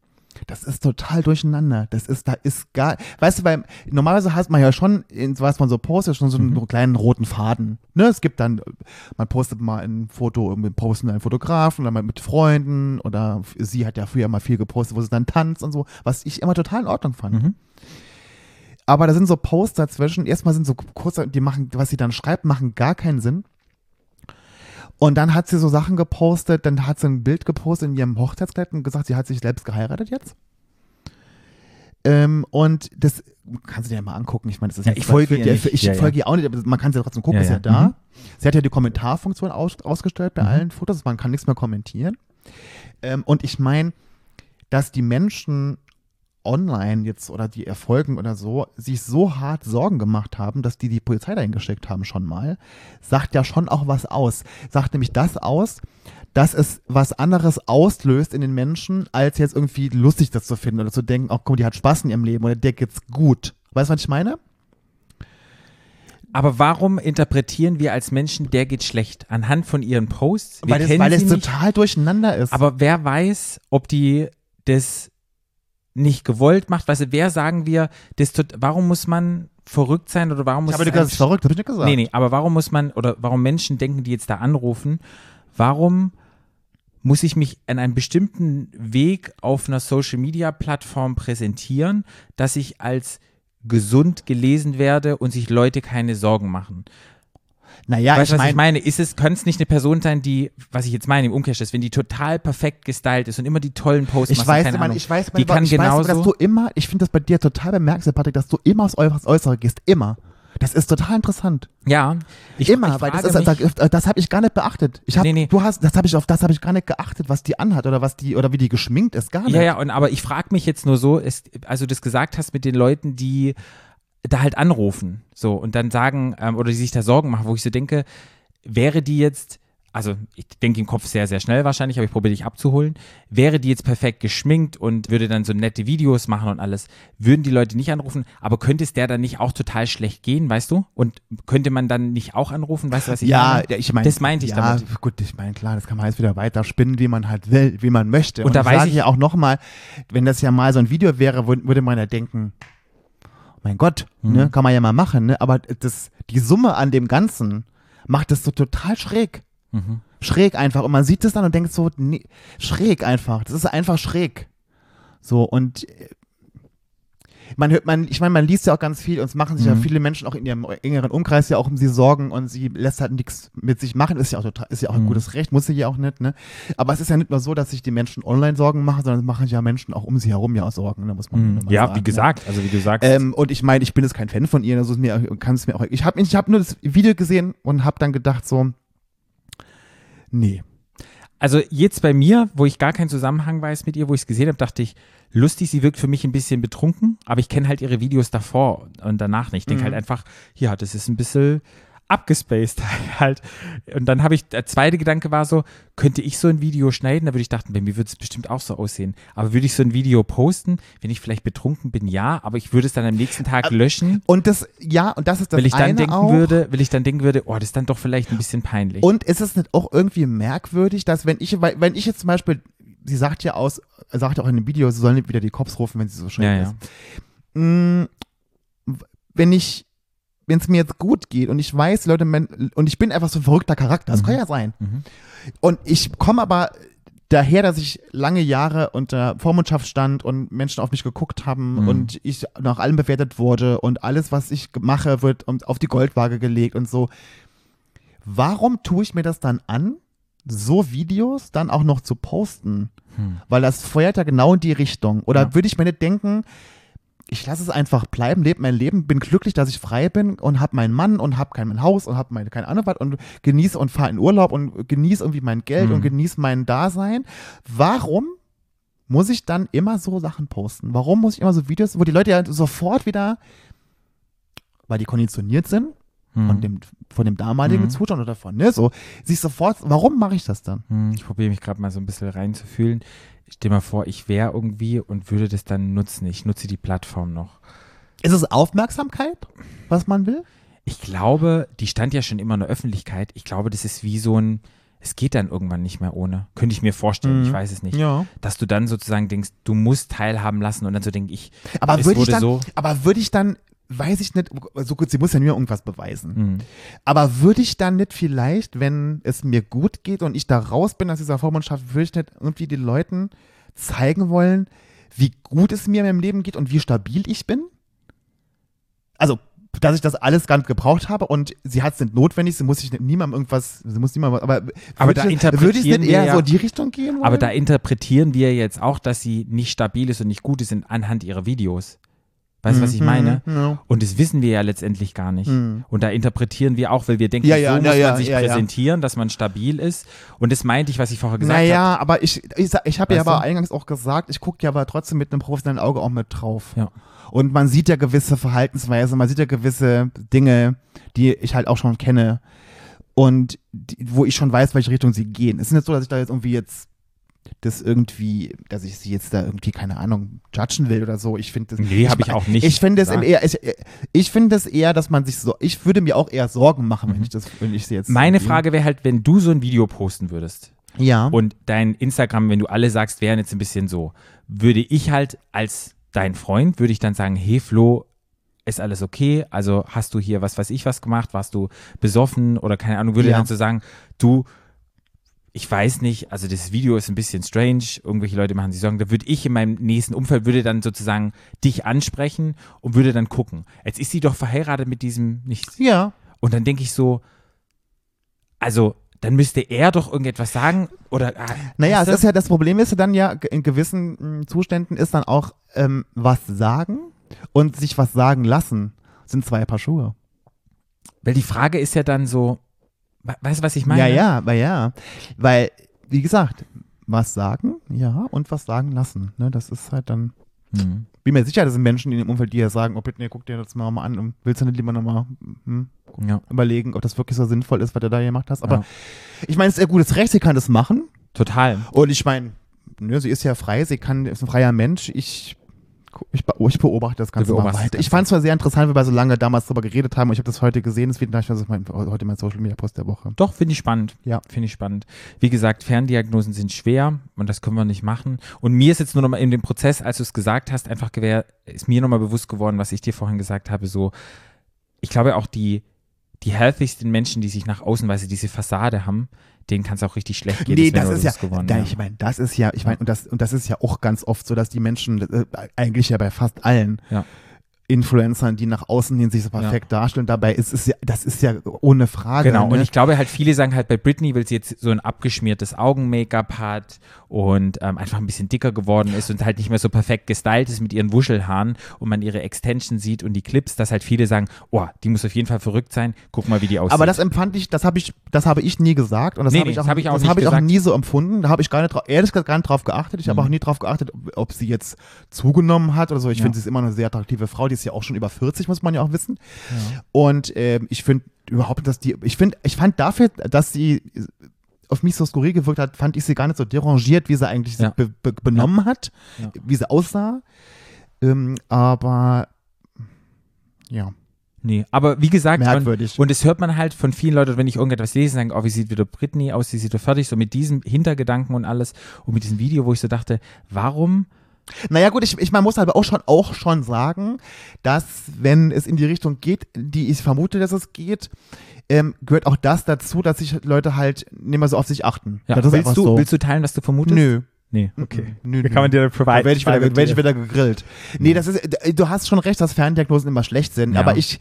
D: das ist total durcheinander. Das ist, da ist gar, weißt du, beim, normalerweise hat man ja schon, in, was man so postet, schon so einen kleinen roten Faden. Ne, es gibt dann, man postet mal ein Foto irgendwie postet einen Fotografen oder mal mit Freunden oder f- sie hat ja früher mal viel gepostet, wo sie dann tanzt und so, was ich immer total in Ordnung fand. Aber da sind so Posts dazwischen. Erstmal sind so kurze, die machen, was sie dann schreibt, machen gar keinen Sinn. Und dann hat sie so Sachen gepostet, dann hat sie ein Bild gepostet in ihrem Hochzeitskleid und gesagt, sie hat sich selbst geheiratet jetzt. Ähm, und das kannst du dir ja mal angucken. Ich meine, das ist
C: Ja,
D: jetzt-
C: ich folge ihr
D: der-
C: nicht.
D: Ich
C: Ja, ja.
D: folge ihr auch nicht, aber man kann sie ja trotzdem gucken,
C: Ja,
D: ist ja,
C: ja.
D: da.
C: Mhm.
D: Sie hat ja die Kommentarfunktion aus, ausgestellt bei allen Fotos, man kann nichts mehr kommentieren. Ähm, und ich meine, dass die Menschen online jetzt oder die Erfolgen oder so sich so hart Sorgen gemacht haben, dass die die Polizei dahin geschickt haben schon mal, sagt ja schon auch was aus. Sagt nämlich das aus, dass es was anderes auslöst in den Menschen, als jetzt irgendwie lustig das zu finden oder zu denken, oh komm, die hat Spaß in ihrem Leben oder der geht's gut. Weißt du, was ich meine?
C: Aber warum interpretieren wir als Menschen, der geht schlecht? Anhand von ihren Posts? Wir
D: weil es,
C: kennen
D: weil
C: sie
D: es
C: nicht,
D: total durcheinander ist.
C: Aber wer weiß, ob die das nicht gewollt macht? Weißt du, wer sagen wir, das tut, warum muss man verrückt sein oder warum
D: ich
C: muss
D: habe
C: es
D: gesagt, das ist
C: einem-
D: verrückt, habe ich nicht gesagt.
C: Nee, nee, aber warum muss man oder warum Menschen denken, die jetzt da anrufen, warum muss ich mich an einem bestimmten Weg auf einer Social Media Plattform präsentieren, dass ich als gesund gelesen werde und sich Leute keine Sorgen machen?
D: Naja,
C: weißt du, was
D: ich meine,
C: ich meine? Ist es, könnte es nicht eine Person sein, die, was ich jetzt meine, im Umkehrschluss, wenn die total perfekt gestylt ist und immer die tollen Posts
D: Ich
C: macht,
D: weiß,
C: keine
D: Mann,
C: Ahnung,
D: ich weiß,
C: die
D: Mann,
C: kann
D: ich weiß,
C: genauso.
D: aber dass du immer, ich finde das bei dir total bemerkenswert, Patrick, dass du immer aufs Äu- aufs Äußere gehst, immer. Das ist total interessant.
C: ja, ich,
D: immer,
C: ich
D: weil das
C: frage
D: ist,
C: mich,
D: das, das habe ich gar nicht beachtet. Ich hab,
C: Nee, nee.
D: du hast, das habe ich auf das habe ich gar nicht geachtet, was die anhat oder was die oder wie die geschminkt ist, gar nicht.
C: Ja, ja, und aber ich frage mich jetzt nur so, ist, also du das gesagt hast mit den Leuten, die da halt anrufen, so und dann sagen ähm, oder die sich da Sorgen machen, wo ich so denke, wäre die jetzt, also ich denke im Kopf sehr, sehr schnell wahrscheinlich, aber ich probiere dich abzuholen, wäre die jetzt perfekt geschminkt und würde dann so nette Videos machen und alles, würden die Leute nicht anrufen, aber könnte es der dann nicht auch total schlecht gehen, weißt du? Und könnte man dann nicht auch anrufen, weißt du, was ich
D: Ja,
C: meine?
D: ja, ich meine,
C: Das meinte ich
D: ja,
C: damit.
D: Gut, ich meine, klar, das kann man jetzt wieder weiter spinnen, wie man halt will, wie man möchte.
C: Und da weiß
D: sage
C: ich-
D: ja auch nochmal, wenn das ja mal so ein Video wäre, wür- würde man ja denken, mein Gott,
C: Mhm.
D: ne, kann man ja mal machen, ne? Aber das, die Summe an dem Ganzen macht es so total schräg. Schräg einfach. Und man sieht es dann und denkt so, nee, schräg einfach. Das ist einfach schräg. So, und äh, man hört, man, ich meine, man liest ja auch ganz viel und es machen sich ja viele Menschen auch in ihrem engeren Umkreis ja auch um sie Sorgen und sie lässt halt nichts mit sich machen. Ist ja auch total, ist ja auch ein gutes Recht, muss sie ja auch nicht, ne? Aber es ist ja nicht nur so, dass sich die Menschen online Sorgen machen, sondern es machen ja Menschen auch um sie herum ja auch Sorgen, ne? muss man mal sagen, ne?
C: also Mhm. wie du sagst.
D: Ähm, und ich meine, ich bin jetzt kein Fan von ihr, also ist mir, kann es mir auch. Ich habe ich hab nur das Video gesehen und habe dann gedacht so, nee.
C: Also jetzt bei mir, wo ich gar keinen Zusammenhang weiß mit ihr, wo ich es gesehen habe, dachte ich, lustig, sie wirkt für mich ein bisschen betrunken, aber ich kenne halt ihre Videos davor und danach nicht. Ich denke halt
D: Mhm.
C: einfach, ja, das ist ein bisschen abgespaced halt. Und dann habe ich, der zweite Gedanke war so, könnte ich so ein Video schneiden? Da würde ich dachten, bei mir würde es bestimmt auch so aussehen. Aber würde ich so ein Video posten, wenn ich vielleicht betrunken bin, ja, aber ich würde es dann am nächsten Tag löschen,
D: Und das, ja, und das ist das
C: weil ich
D: eine
C: dann denken
D: auch.
C: würde, weil ich dann denken würde, oh, das ist dann doch vielleicht ein bisschen peinlich.
D: Und ist es nicht auch irgendwie merkwürdig, dass wenn ich, weil- wenn ich jetzt zum Beispiel, sie sagt ja aus, sagt ja auch in dem Video, sie sollen nicht wieder die Cops rufen, wenn sie so schön
C: ja,
D: ist.
C: ja.
D: Mm, w- wenn ich, wenn es mir jetzt gut geht und ich weiß, Leute, men- und ich bin einfach so ein verrückter Charakter, das kann ja sein. Und ich komme aber daher, dass ich lange Jahre unter Vormundschaft stand und Menschen auf mich geguckt haben und ich nach allem bewertet wurde und alles, was ich ge- mache, wird um- auf die Goldwaage gelegt und so. Warum tue ich mir das dann an, so Videos dann auch noch zu posten? Weil das feuert ja genau in die Richtung. Oder
C: Ja.
D: würde ich mir nicht denken, ich lasse es einfach bleiben, lebe mein Leben, bin glücklich, dass ich frei bin und habe meinen Mann und habe kein mein Haus und habe meine keine Ahnung was und genieße und fahre in Urlaub und genieße irgendwie mein Geld und genieße mein Dasein. Warum muss ich dann immer so Sachen posten? Warum muss ich immer so Videos, wo die Leute ja sofort wieder weil die konditioniert sind
C: Mhm.
D: von, dem, von dem damaligen Zustand oder von, ne? So, siehst sofort, warum mache ich das dann?
C: Hm, Ich probiere mich gerade mal so ein bisschen reinzufühlen. Stell mal vor, ich wäre irgendwie und würde das dann nutzen. Ich nutze die Plattform noch.
D: Ist es Aufmerksamkeit, was man will?
C: Ich glaube, die stand ja schon immer in der Öffentlichkeit. Ich glaube, das ist wie so ein, es geht dann irgendwann nicht mehr ohne. Könnte ich mir vorstellen, ich weiß es nicht.
D: Mhm. Ja.
C: Dass du dann sozusagen denkst, du musst teilhaben lassen und dann so denk ich,
D: Aber
C: es
D: würde ich
C: wurde
D: dann,
C: so.
D: aber würde ich dann, weiß ich nicht, so gut, sie muss ja mir irgendwas beweisen.
C: Hm.
D: Aber würde ich dann nicht vielleicht, wenn es mir gut geht und ich da raus bin aus dieser Vormundschaft, würde ich nicht irgendwie den Leuten zeigen wollen, wie gut es mir in meinem Leben geht und wie stabil ich bin? Also, dass ich das alles gar nicht gebraucht habe und sie hat es nicht notwendig, sie muss sich nicht, niemandem irgendwas, sie muss niemandem, aber,
C: Aber
D: würde
C: da
D: ich- würde ich
C: interpretieren
D: nicht
C: wir
D: eher
C: ja-
D: so in die Richtung gehen wollen?
C: Aber da interpretieren wir jetzt auch, dass sie nicht stabil ist und nicht gut ist in, anhand ihrer Videos. Weißt du,
D: Mhm,
C: was ich meine?
D: ja.
C: Und das wissen wir ja letztendlich gar nicht. Und da interpretieren wir auch, weil wir denken,
D: Mhm. Ja, ja,
C: so
D: na
C: muss
D: ja,
C: man sich
D: ja, ja.
C: präsentieren, dass man stabil ist. Und das meinte ich, was ich vorher gesagt habe.
D: Naja, aber ich, ich, sa- ich habe ja
C: Weißt
D: aber
C: du?
D: eingangs auch gesagt, ich gucke ja aber trotzdem mit einem professionellen Auge auch mit drauf.
C: Ja.
D: Und man sieht ja gewisse Verhaltensweisen, man sieht ja gewisse Dinge, die ich halt auch schon kenne und die, wo ich schon weiß, welche Richtung sie gehen. Es ist nicht so, dass ich da jetzt irgendwie jetzt das irgendwie, dass ich sie jetzt da irgendwie, keine Ahnung, judgen will oder so. Ich finde das.
C: Nee, hab ich auch nicht
D: Ich finde es
C: gesagt.
D: eher, ich, ich finde es eher, dass man sich so, ich würde mir auch eher Sorgen machen, wenn ich das, wenn ich sie jetzt.
C: Mhm. Meine
D: irgendwie-
C: Frage wäre halt, wenn du so ein Video posten würdest
D: Ja.
C: und dein Instagram, wenn du alle sagst, wären jetzt ein bisschen so, würde ich halt als dein Freund, würde ich dann sagen, hey Flo, ist alles okay? Also hast du hier was weiß ich was gemacht? Warst du besoffen oder keine Ahnung? Würde
D: Ja.
C: dann so sagen, du, ich weiß nicht, also das Video ist ein bisschen strange, irgendwelche Leute machen sich Sorgen. Da würde ich in meinem nächsten Umfeld, würde dann sozusagen dich ansprechen und würde dann gucken. Jetzt ist sie doch verheiratet mit diesem, nicht
D: ja.
C: und dann denke ich so, also dann müsste er doch irgendetwas sagen oder. ah,
D: Naja,
C: weißt
D: es
C: du?
D: ist ja, das Problem ist ja dann ja, ge- in gewissen mh, Zuständen ist dann auch ähm, was sagen und sich was sagen lassen sind zwei Paar Schuhe.
C: Weil die Frage ist ja dann so, we- weißt du, was ich meine?
D: Ja, ja, aber ja. Weil, wie gesagt, was sagen, ja, und was sagen lassen. Ne, das ist halt dann.
C: Mhm.
D: Bin mir sicher, das sind Menschen in dem Umfeld, die ja sagen, oh bitte, nee, guck dir das mal mal an und willst du nicht lieber nochmal hm,
C: Ja,
D: überlegen, ob das wirklich so sinnvoll ist, was du da gemacht hast. Aber
C: Ja.
D: ich meine, es ist ihr gutes Recht, sie kann das machen.
C: total.
D: Und ich meine, ne, sie ist ja frei, sie kann, ist ein freier Mensch. Ich, ich, be- ich beobachte das Ganze
C: Du
D: mal
C: beobachtest
D: weiter.
C: das
D: Ich fand es zwar sehr interessant, weil wir so lange damals drüber geredet haben und ich habe das heute gesehen, deswegen dachte ich, das ist mein, heute mein Social Media Post der Woche.
C: Doch, finde ich spannend.
D: Ja.
C: Finde ich spannend. Wie gesagt, Ferndiagnosen sind schwer und das können wir nicht machen. Und mir ist jetzt nur nochmal in dem Prozess, als du es gesagt hast, einfach gewehr, ist mir nochmal bewusst geworden, was ich dir vorhin gesagt habe, so, ich glaube auch die, die healthigsten Menschen, die sich nach außen, weil sie diese Fassade haben, denen kann es auch richtig schlecht gehen.
D: Nee,
C: ist mir
D: das
C: nur
D: ist ja,
C: bewusst geworden,
D: da, ich meine, das ist ja, ich meine, und das, und das ist ja auch ganz oft so, dass die Menschen, äh, eigentlich ja bei fast allen
C: Ja.
D: Influencern, die nach außen hin sich so perfekt darstellen, dabei ist es ja, das ist ja ohne Frage.
C: Genau,
D: ne?
C: und ich glaube halt, viele sagen halt bei Britney, weil sie jetzt so ein abgeschmiertes Augen-Make-up hat und ähm, einfach ein bisschen dicker geworden ist und halt nicht mehr so perfekt gestylt ist mit ihren Wuschelhaaren und man ihre Extension sieht und die Clips, dass halt viele sagen, oh, die muss auf jeden Fall verrückt sein, guck mal, wie die aussieht.
D: Aber das empfand ich, das habe ich, das habe ich nie gesagt und das
C: Nee,
D: habe
C: nee,
D: ich,
C: das
D: auch,
C: habe ich auch
D: das
C: nicht
D: habe ich auch
C: gesagt. Mhm.
D: nie so empfunden. Da habe ich gar nicht, dra- ehrlich gesagt, gar nicht drauf geachtet. Ich habe auch nie drauf geachtet, ob, ob sie jetzt zugenommen hat oder so. Ich
C: Ja.
D: finde, sie ist immer eine sehr attraktive Frau. Die ist ja auch schon über 40, muss man ja auch wissen. Und ähm, ich finde überhaupt, dass die, ich finde, ich fand dafür, dass sie auf mich so skurril gewirkt hat, fand ich sie gar nicht so derangiert, wie sie eigentlich
C: Ja.
D: sich be be benommen hat,
C: Ja.
D: wie sie aussah. Ähm, aber ja.
C: Nee, aber wie gesagt,
D: Merkwürdig.
C: Und, und das hört man halt von vielen Leuten, wenn ich irgendetwas lese, sagen, oh, wie sieht wieder Britney aus, sie sieht doch fertig, so mit diesem Hintergedanken und alles und mit diesem Video, wo ich so dachte, warum
D: Naja gut, ich, ich man muss aber auch schon, auch schon sagen, dass wenn es in die Richtung geht, die ich vermute, dass es geht, ähm, gehört auch das dazu, dass sich Leute halt nicht mehr so auf sich achten.
C: Ja,
D: das ist einfach
C: willst, du,
D: so.
C: willst du teilen, was du vermutest?
D: Nö.
C: Nee, okay.
D: Nö,
C: Da
D: nö.
C: kann man dir dann provide-
D: Da werde ich wieder,
C: private-
D: werd ich wieder gegrillt. Nee, das ist, äh, du hast schon recht, dass Ferndiagnosen immer schlecht sind,
C: Ja.
D: aber ich,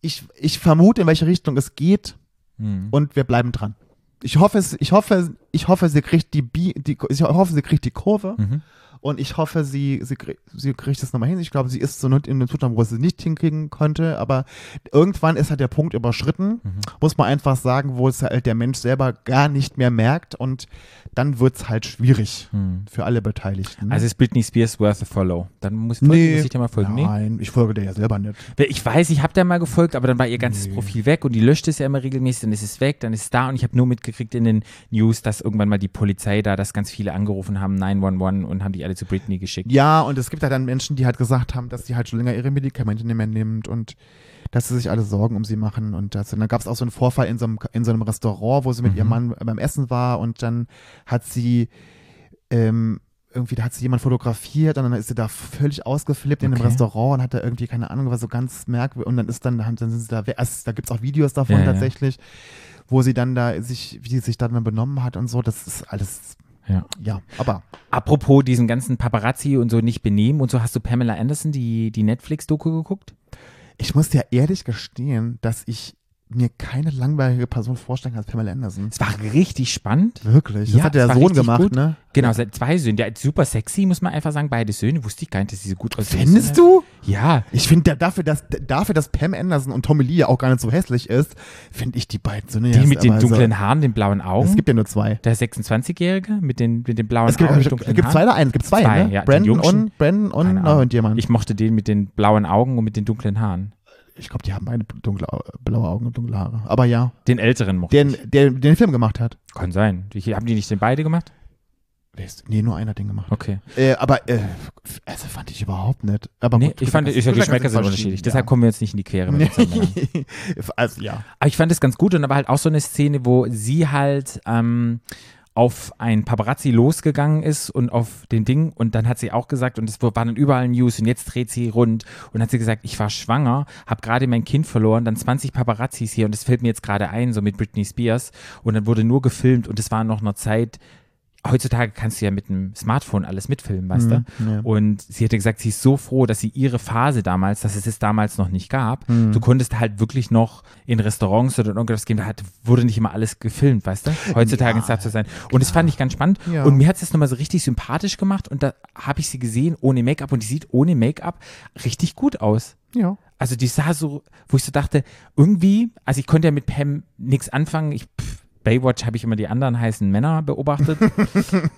D: ich,
C: Mhm.
D: ich vermute, in welche Richtung es geht und wir bleiben dran. Ich hoffe, es, ich hoffe, ich hoffe, sie kriegt die, Bi die ich hoffe, sie kriegt die Kurve.
C: Mhm.
D: Und ich hoffe, sie, sie, krie- sie kriegt das nochmal hin. Ich glaube, sie ist so nicht in einem Zustand, wo sie es nicht hinkriegen konnte. Aber irgendwann ist halt der Punkt überschritten,
C: Mhm.
D: muss man einfach sagen, wo es halt der Mensch selber gar nicht mehr merkt. Und dann wird es halt schwierig für alle Beteiligten.
C: Mhm. Also ist Britney Spears worth a follow. Dann muss, folgen, muss ich dir mal folgen. Nee.
D: Nein, ich folge der ja selber nicht.
C: Weil Ich weiß, ich habe der mal gefolgt, aber dann war ihr ganzes Profil weg und die löscht es ja immer regelmäßig, dann ist es weg, dann ist es da und ich habe nur mitgekriegt in den News, dass irgendwann mal die Polizei da, dass ganz viele angerufen haben, 911 und haben die alle zu Britney geschickt.
D: Ja, und es gibt halt dann Menschen, die halt gesagt haben, dass sie halt schon länger ihre Medikamente nicht mehr nimmt und dass sie sich alle Sorgen um sie machen. Und das, und dann gab es auch so einen Vorfall in so einem, in so einem Restaurant, wo sie mit ihrem
C: Mhm.
D: Mann beim Essen war und dann hat sie ähm, irgendwie, da hat sie jemand fotografiert und dann ist sie da völlig ausgeflippt in einem
C: Okay.
D: Restaurant und hat da irgendwie, keine Ahnung, war so ganz merkwürdig. Und dann ist dann, dann sind sie da, we- also, da gibt es auch Videos davon
C: Ja, ja.
D: tatsächlich, wo sie dann da sich, wie sie sich dann benommen hat und so. Das ist alles,
C: Ja.
D: ja, aber.
C: Apropos diesen ganzen Paparazzi und so nicht benehmen und so, hast du Pamela Anderson die, die Netflix-Doku geguckt?
D: Ich muss dir ehrlich gestehen, dass ich mir keine langweilige Person vorstellen kann als Pamela Anderson.
C: Es war richtig spannend.
D: Wirklich? Das
C: Ja,
D: hat
C: es
D: der
C: war
D: Sohn
C: richtig
D: gemacht,
C: gut.
D: ne?
C: Genau, seit zwei Söhne. Der ist super sexy, muss man einfach sagen. Beide Söhne. Wusste ich gar nicht, dass sie so gut aussehen.
D: Findest du?
C: Ja.
D: Ich finde, dafür dass, dafür, dass Pam Anderson und Tommy Lee ja auch gar nicht so hässlich ist, finde ich die beiden Söhne
C: Die mit den dunklen Haaren, den blauen Augen.
D: Es gibt ja nur zwei.
C: der 26-Jährige mit den, mit den blauen
D: Es gibt,
C: Augen.
D: es
C: dunklen
D: gibt zwei
C: Haaren.
D: oder einen, es gibt zwei,
C: Zwei,
D: ne?
C: ja, den
D: Brandon
C: Jungschen.
D: und, Brandon und
C: Keine
D: noch
C: Ahnung.
D: irgendjemand.
C: Ich mochte den mit den blauen Augen und mit den dunklen Haaren.
D: ich glaube, die haben beide dunkle, Au- blaue Augen und dunkle Haare. Aber ja,
C: Den älteren mochte
D: den,
C: ich.
D: der den Film gemacht hat.
C: Kann sein. Die- Haben die nicht den beide gemacht?
D: Nee, nur einer hat den gemacht.
C: Okay.
D: Äh, aber, äh, also fand ich überhaupt nicht. Aber
C: Nee,
D: gut,
C: ich fand,
D: Geschmäcker
C: ich, die
D: Geschmäcker
C: Geschmäcker sind
D: verschieden,
C: unterschiedlich.
D: ja.
C: Deshalb kommen wir jetzt nicht in die Quere. mit dem Zusammenhang.
D: Nee. also, ja.
C: Aber ich fand es ganz gut und da war halt auch so eine Szene, wo sie halt ähm, auf ein Paparazzi losgegangen ist und auf den Ding und dann hat sie auch gesagt und es war- waren dann überall News und jetzt dreht sie rund und hat sie gesagt, ich war schwanger, habe gerade mein Kind verloren, dann 20 Paparazzis hier und das fällt mir jetzt gerade ein, so mit Britney Spears und dann wurde nur gefilmt und es war noch eine Zeit, heutzutage kannst du ja mit dem Smartphone alles mitfilmen, weißt du? Und sie hätte gesagt, sie ist so froh, dass sie ihre Phase damals, dass es es damals noch nicht gab. Du konntest halt wirklich noch in Restaurants oder in irgendwas gehen, da hat, wurde nicht immer alles gefilmt, weißt du? Heutzutage ist das zu sein. Und das fand ich ganz spannend.
D: Ja.
C: Und mir hat es nochmal so richtig sympathisch gemacht und da habe ich sie gesehen ohne Make-up und die sieht ohne Make-up richtig gut aus.
D: Ja.
C: Also die sah so, wo ich so dachte, irgendwie, also ich konnte ja mit Pam nichts anfangen. Ich, pff, Baywatch habe ich immer die anderen heißen Männer beobachtet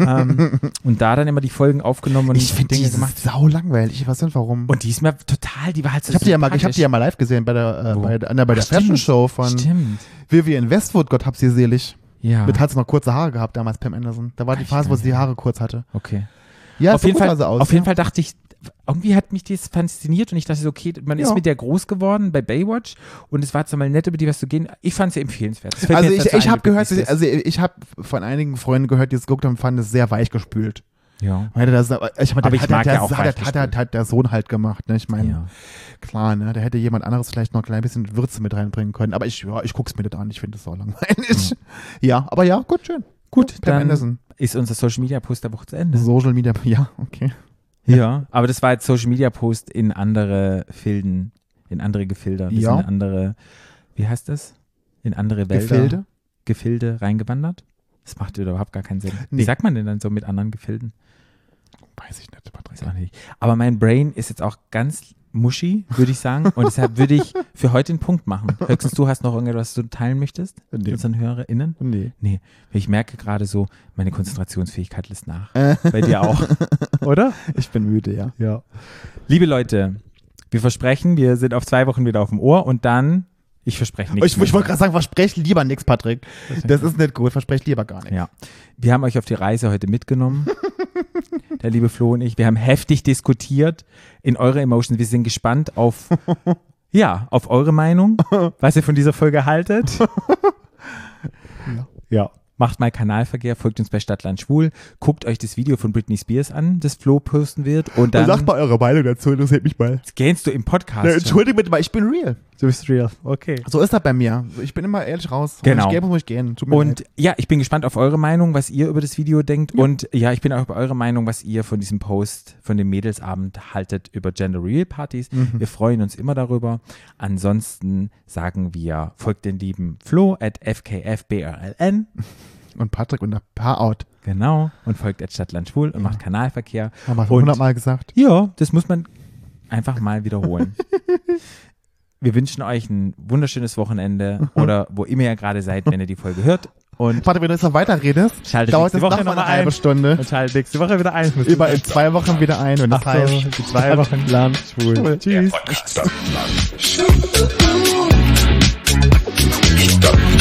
C: ähm, und da dann immer die Folgen aufgenommen und
D: Ich finde
C: Dinge
D: die
C: gemacht.
D: sau langweilig. Ich weiß nicht warum.
C: Und die ist mir total, die war halt so
D: ich habe die, ja mal- ich hab
C: sympathisch.
D: die ja mal live gesehen bei der, äh,
C: Wo?
D: bei der, na, bei der
C: Ach, stimmt.
D: Fashion Show von
C: Stimmt,
D: Vivian Westwood. Gott hab sie selig.
C: ja,
D: Mit hat sie noch kurze Haare gehabt damals, Pam Anderson. Da war die
C: ich
D: Phase, wo
C: gar
D: sie die Haare kurz hatte.
C: okay.
D: Ja,
C: auf
D: so
C: jeden
D: gut
C: Fall,
D: sah sie aus,
C: auf
D: ja.
C: jeden Fall dachte ich, irgendwie hat mich das fasziniert und ich dachte so, okay, man ist
D: Ja.
C: mit der groß geworden bei Baywatch und es war jetzt mal nett, über die was zu gehen. Ich fand sie empfehlenswert. Das fällt
D: Also
C: mir jetzt
D: ich,
C: dazu
D: ich
C: ein,
D: habe
C: wie
D: gehört,
C: glücklich
D: sie- also ich habe von einigen Freunden gehört, die es geguckt haben, fanden es sehr weich gespült.
C: ist. ja.
D: Man hätte das, ich meine,
C: Aber ich
D: hat,
C: mag
D: der,
C: ja auch
D: hat,
C: weich
D: hat, hat, hat der Sohn halt gemacht. Ne? Ich meine,
C: Ja.
D: klar, ne? da hätte jemand anderes vielleicht noch ein klein bisschen Würze mit reinbringen können. Aber ich, ja, ich guck's mir das an. Ich finde das so langweilig. Ja, aber ja, gut, schön.
C: Gut,
D: Pam
C: dann
D: Anderson.
C: ist unser Social Media Post der Woche zu Ende.
D: Social Media, ja, okay.
C: Ja, aber das war jetzt Social Media Post in andere Filden, in andere Gefilder, wir
D: Ja.
C: sind in andere, wie heißt das? In andere Wälder,
D: Gefilde?
C: Gefilde reingewandert. Das macht überhaupt gar keinen Sinn. Wie
D: Nee.
C: sagt man denn dann so mit anderen Gefilden?
D: Weiß ich nicht, Patrick.
C: Weiß auch nicht. Aber mein Brain ist jetzt auch ganz muschi, würde ich sagen. Und deshalb würde ich für heute einen Punkt machen. Höchstens du hast noch irgendetwas, was du teilen möchtest?
D: Äh, Nee.
C: Unseren HörerInnen?
D: Nee.
C: Nee, ich merke gerade so, meine Konzentrationsfähigkeit lässt nach.
D: Äh.
C: Bei dir auch, oder?
D: Ich bin müde, ja.
C: Ja. Liebe Leute, wir versprechen, wir sind auf zwei Wochen wieder auf dem Ohr und dann, ich verspreche nichts.
D: Oh, Ich, ich wollte gerade sagen, versprech lieber nichts, Patrick. Das ist nicht gut, versprech lieber gar nichts.
C: ja. Wir haben euch auf die Reise heute mitgenommen. Der liebe Flo und ich, wir haben heftig diskutiert in eure Emotions. Wir sind gespannt auf, ja, auf eure Meinung, was ihr von dieser Folge haltet. Ja. Macht mal Kanalverkehr, folgt uns bei Stadtland Schwul, guckt euch das Video von Britney Spears an, das Flo posten wird und
D: Dann
C: dann
D: sagt mal eure Meinung dazu, interessiert mich mal.
C: gähnst du im Podcast.
D: Na,
C: schon.
D: entschuldigt bitte mal, ich bin real.
C: Du bist real. Okay.
D: So ist das bei mir. Ich bin immer ehrlich raus.
C: Genau.
D: Wenn ich gäbe, muss ich gehen. Tut mir
C: Und
D: leid.
C: ja, ich bin gespannt auf eure Meinung, was ihr über das Video denkt. Und ja, ich bin auch über eure Meinung, was ihr von diesem Post, von dem Mädelsabend haltet über Gender Real Partys. Wir freuen uns immer darüber. Ansonsten sagen wir, folgt den lieben Flo at fkfbrln.
D: und Patrick unter Paar-Out.
C: Genau. Und folgt at Stadtland Schwul und macht Kanalverkehr.
D: Haben wir schon
C: und
D: hundertmal gesagt.
C: Ja, das muss man einfach mal wiederholen. Wir wünschen euch ein wunderschönes Wochenende oder wo immer ihr gerade seid, wenn ihr die Folge hört. Und
D: Patrick, wenn du jetzt noch weiterredest,
C: Schaltet
D: dauert
C: nächste
D: das
C: Woche
D: noch mal
C: noch mal
D: eine halbe
C: ein.
D: Stunde.
C: und schaltet nächste Woche wieder ein.
D: Über in zwei Wochen wieder ein, wenn das
C: Ach so,
D: heißt. also,
C: in zwei Wochen.
D: Land schwul. Tschüss.
A: Stadtland. Stadtland.
B: Ah.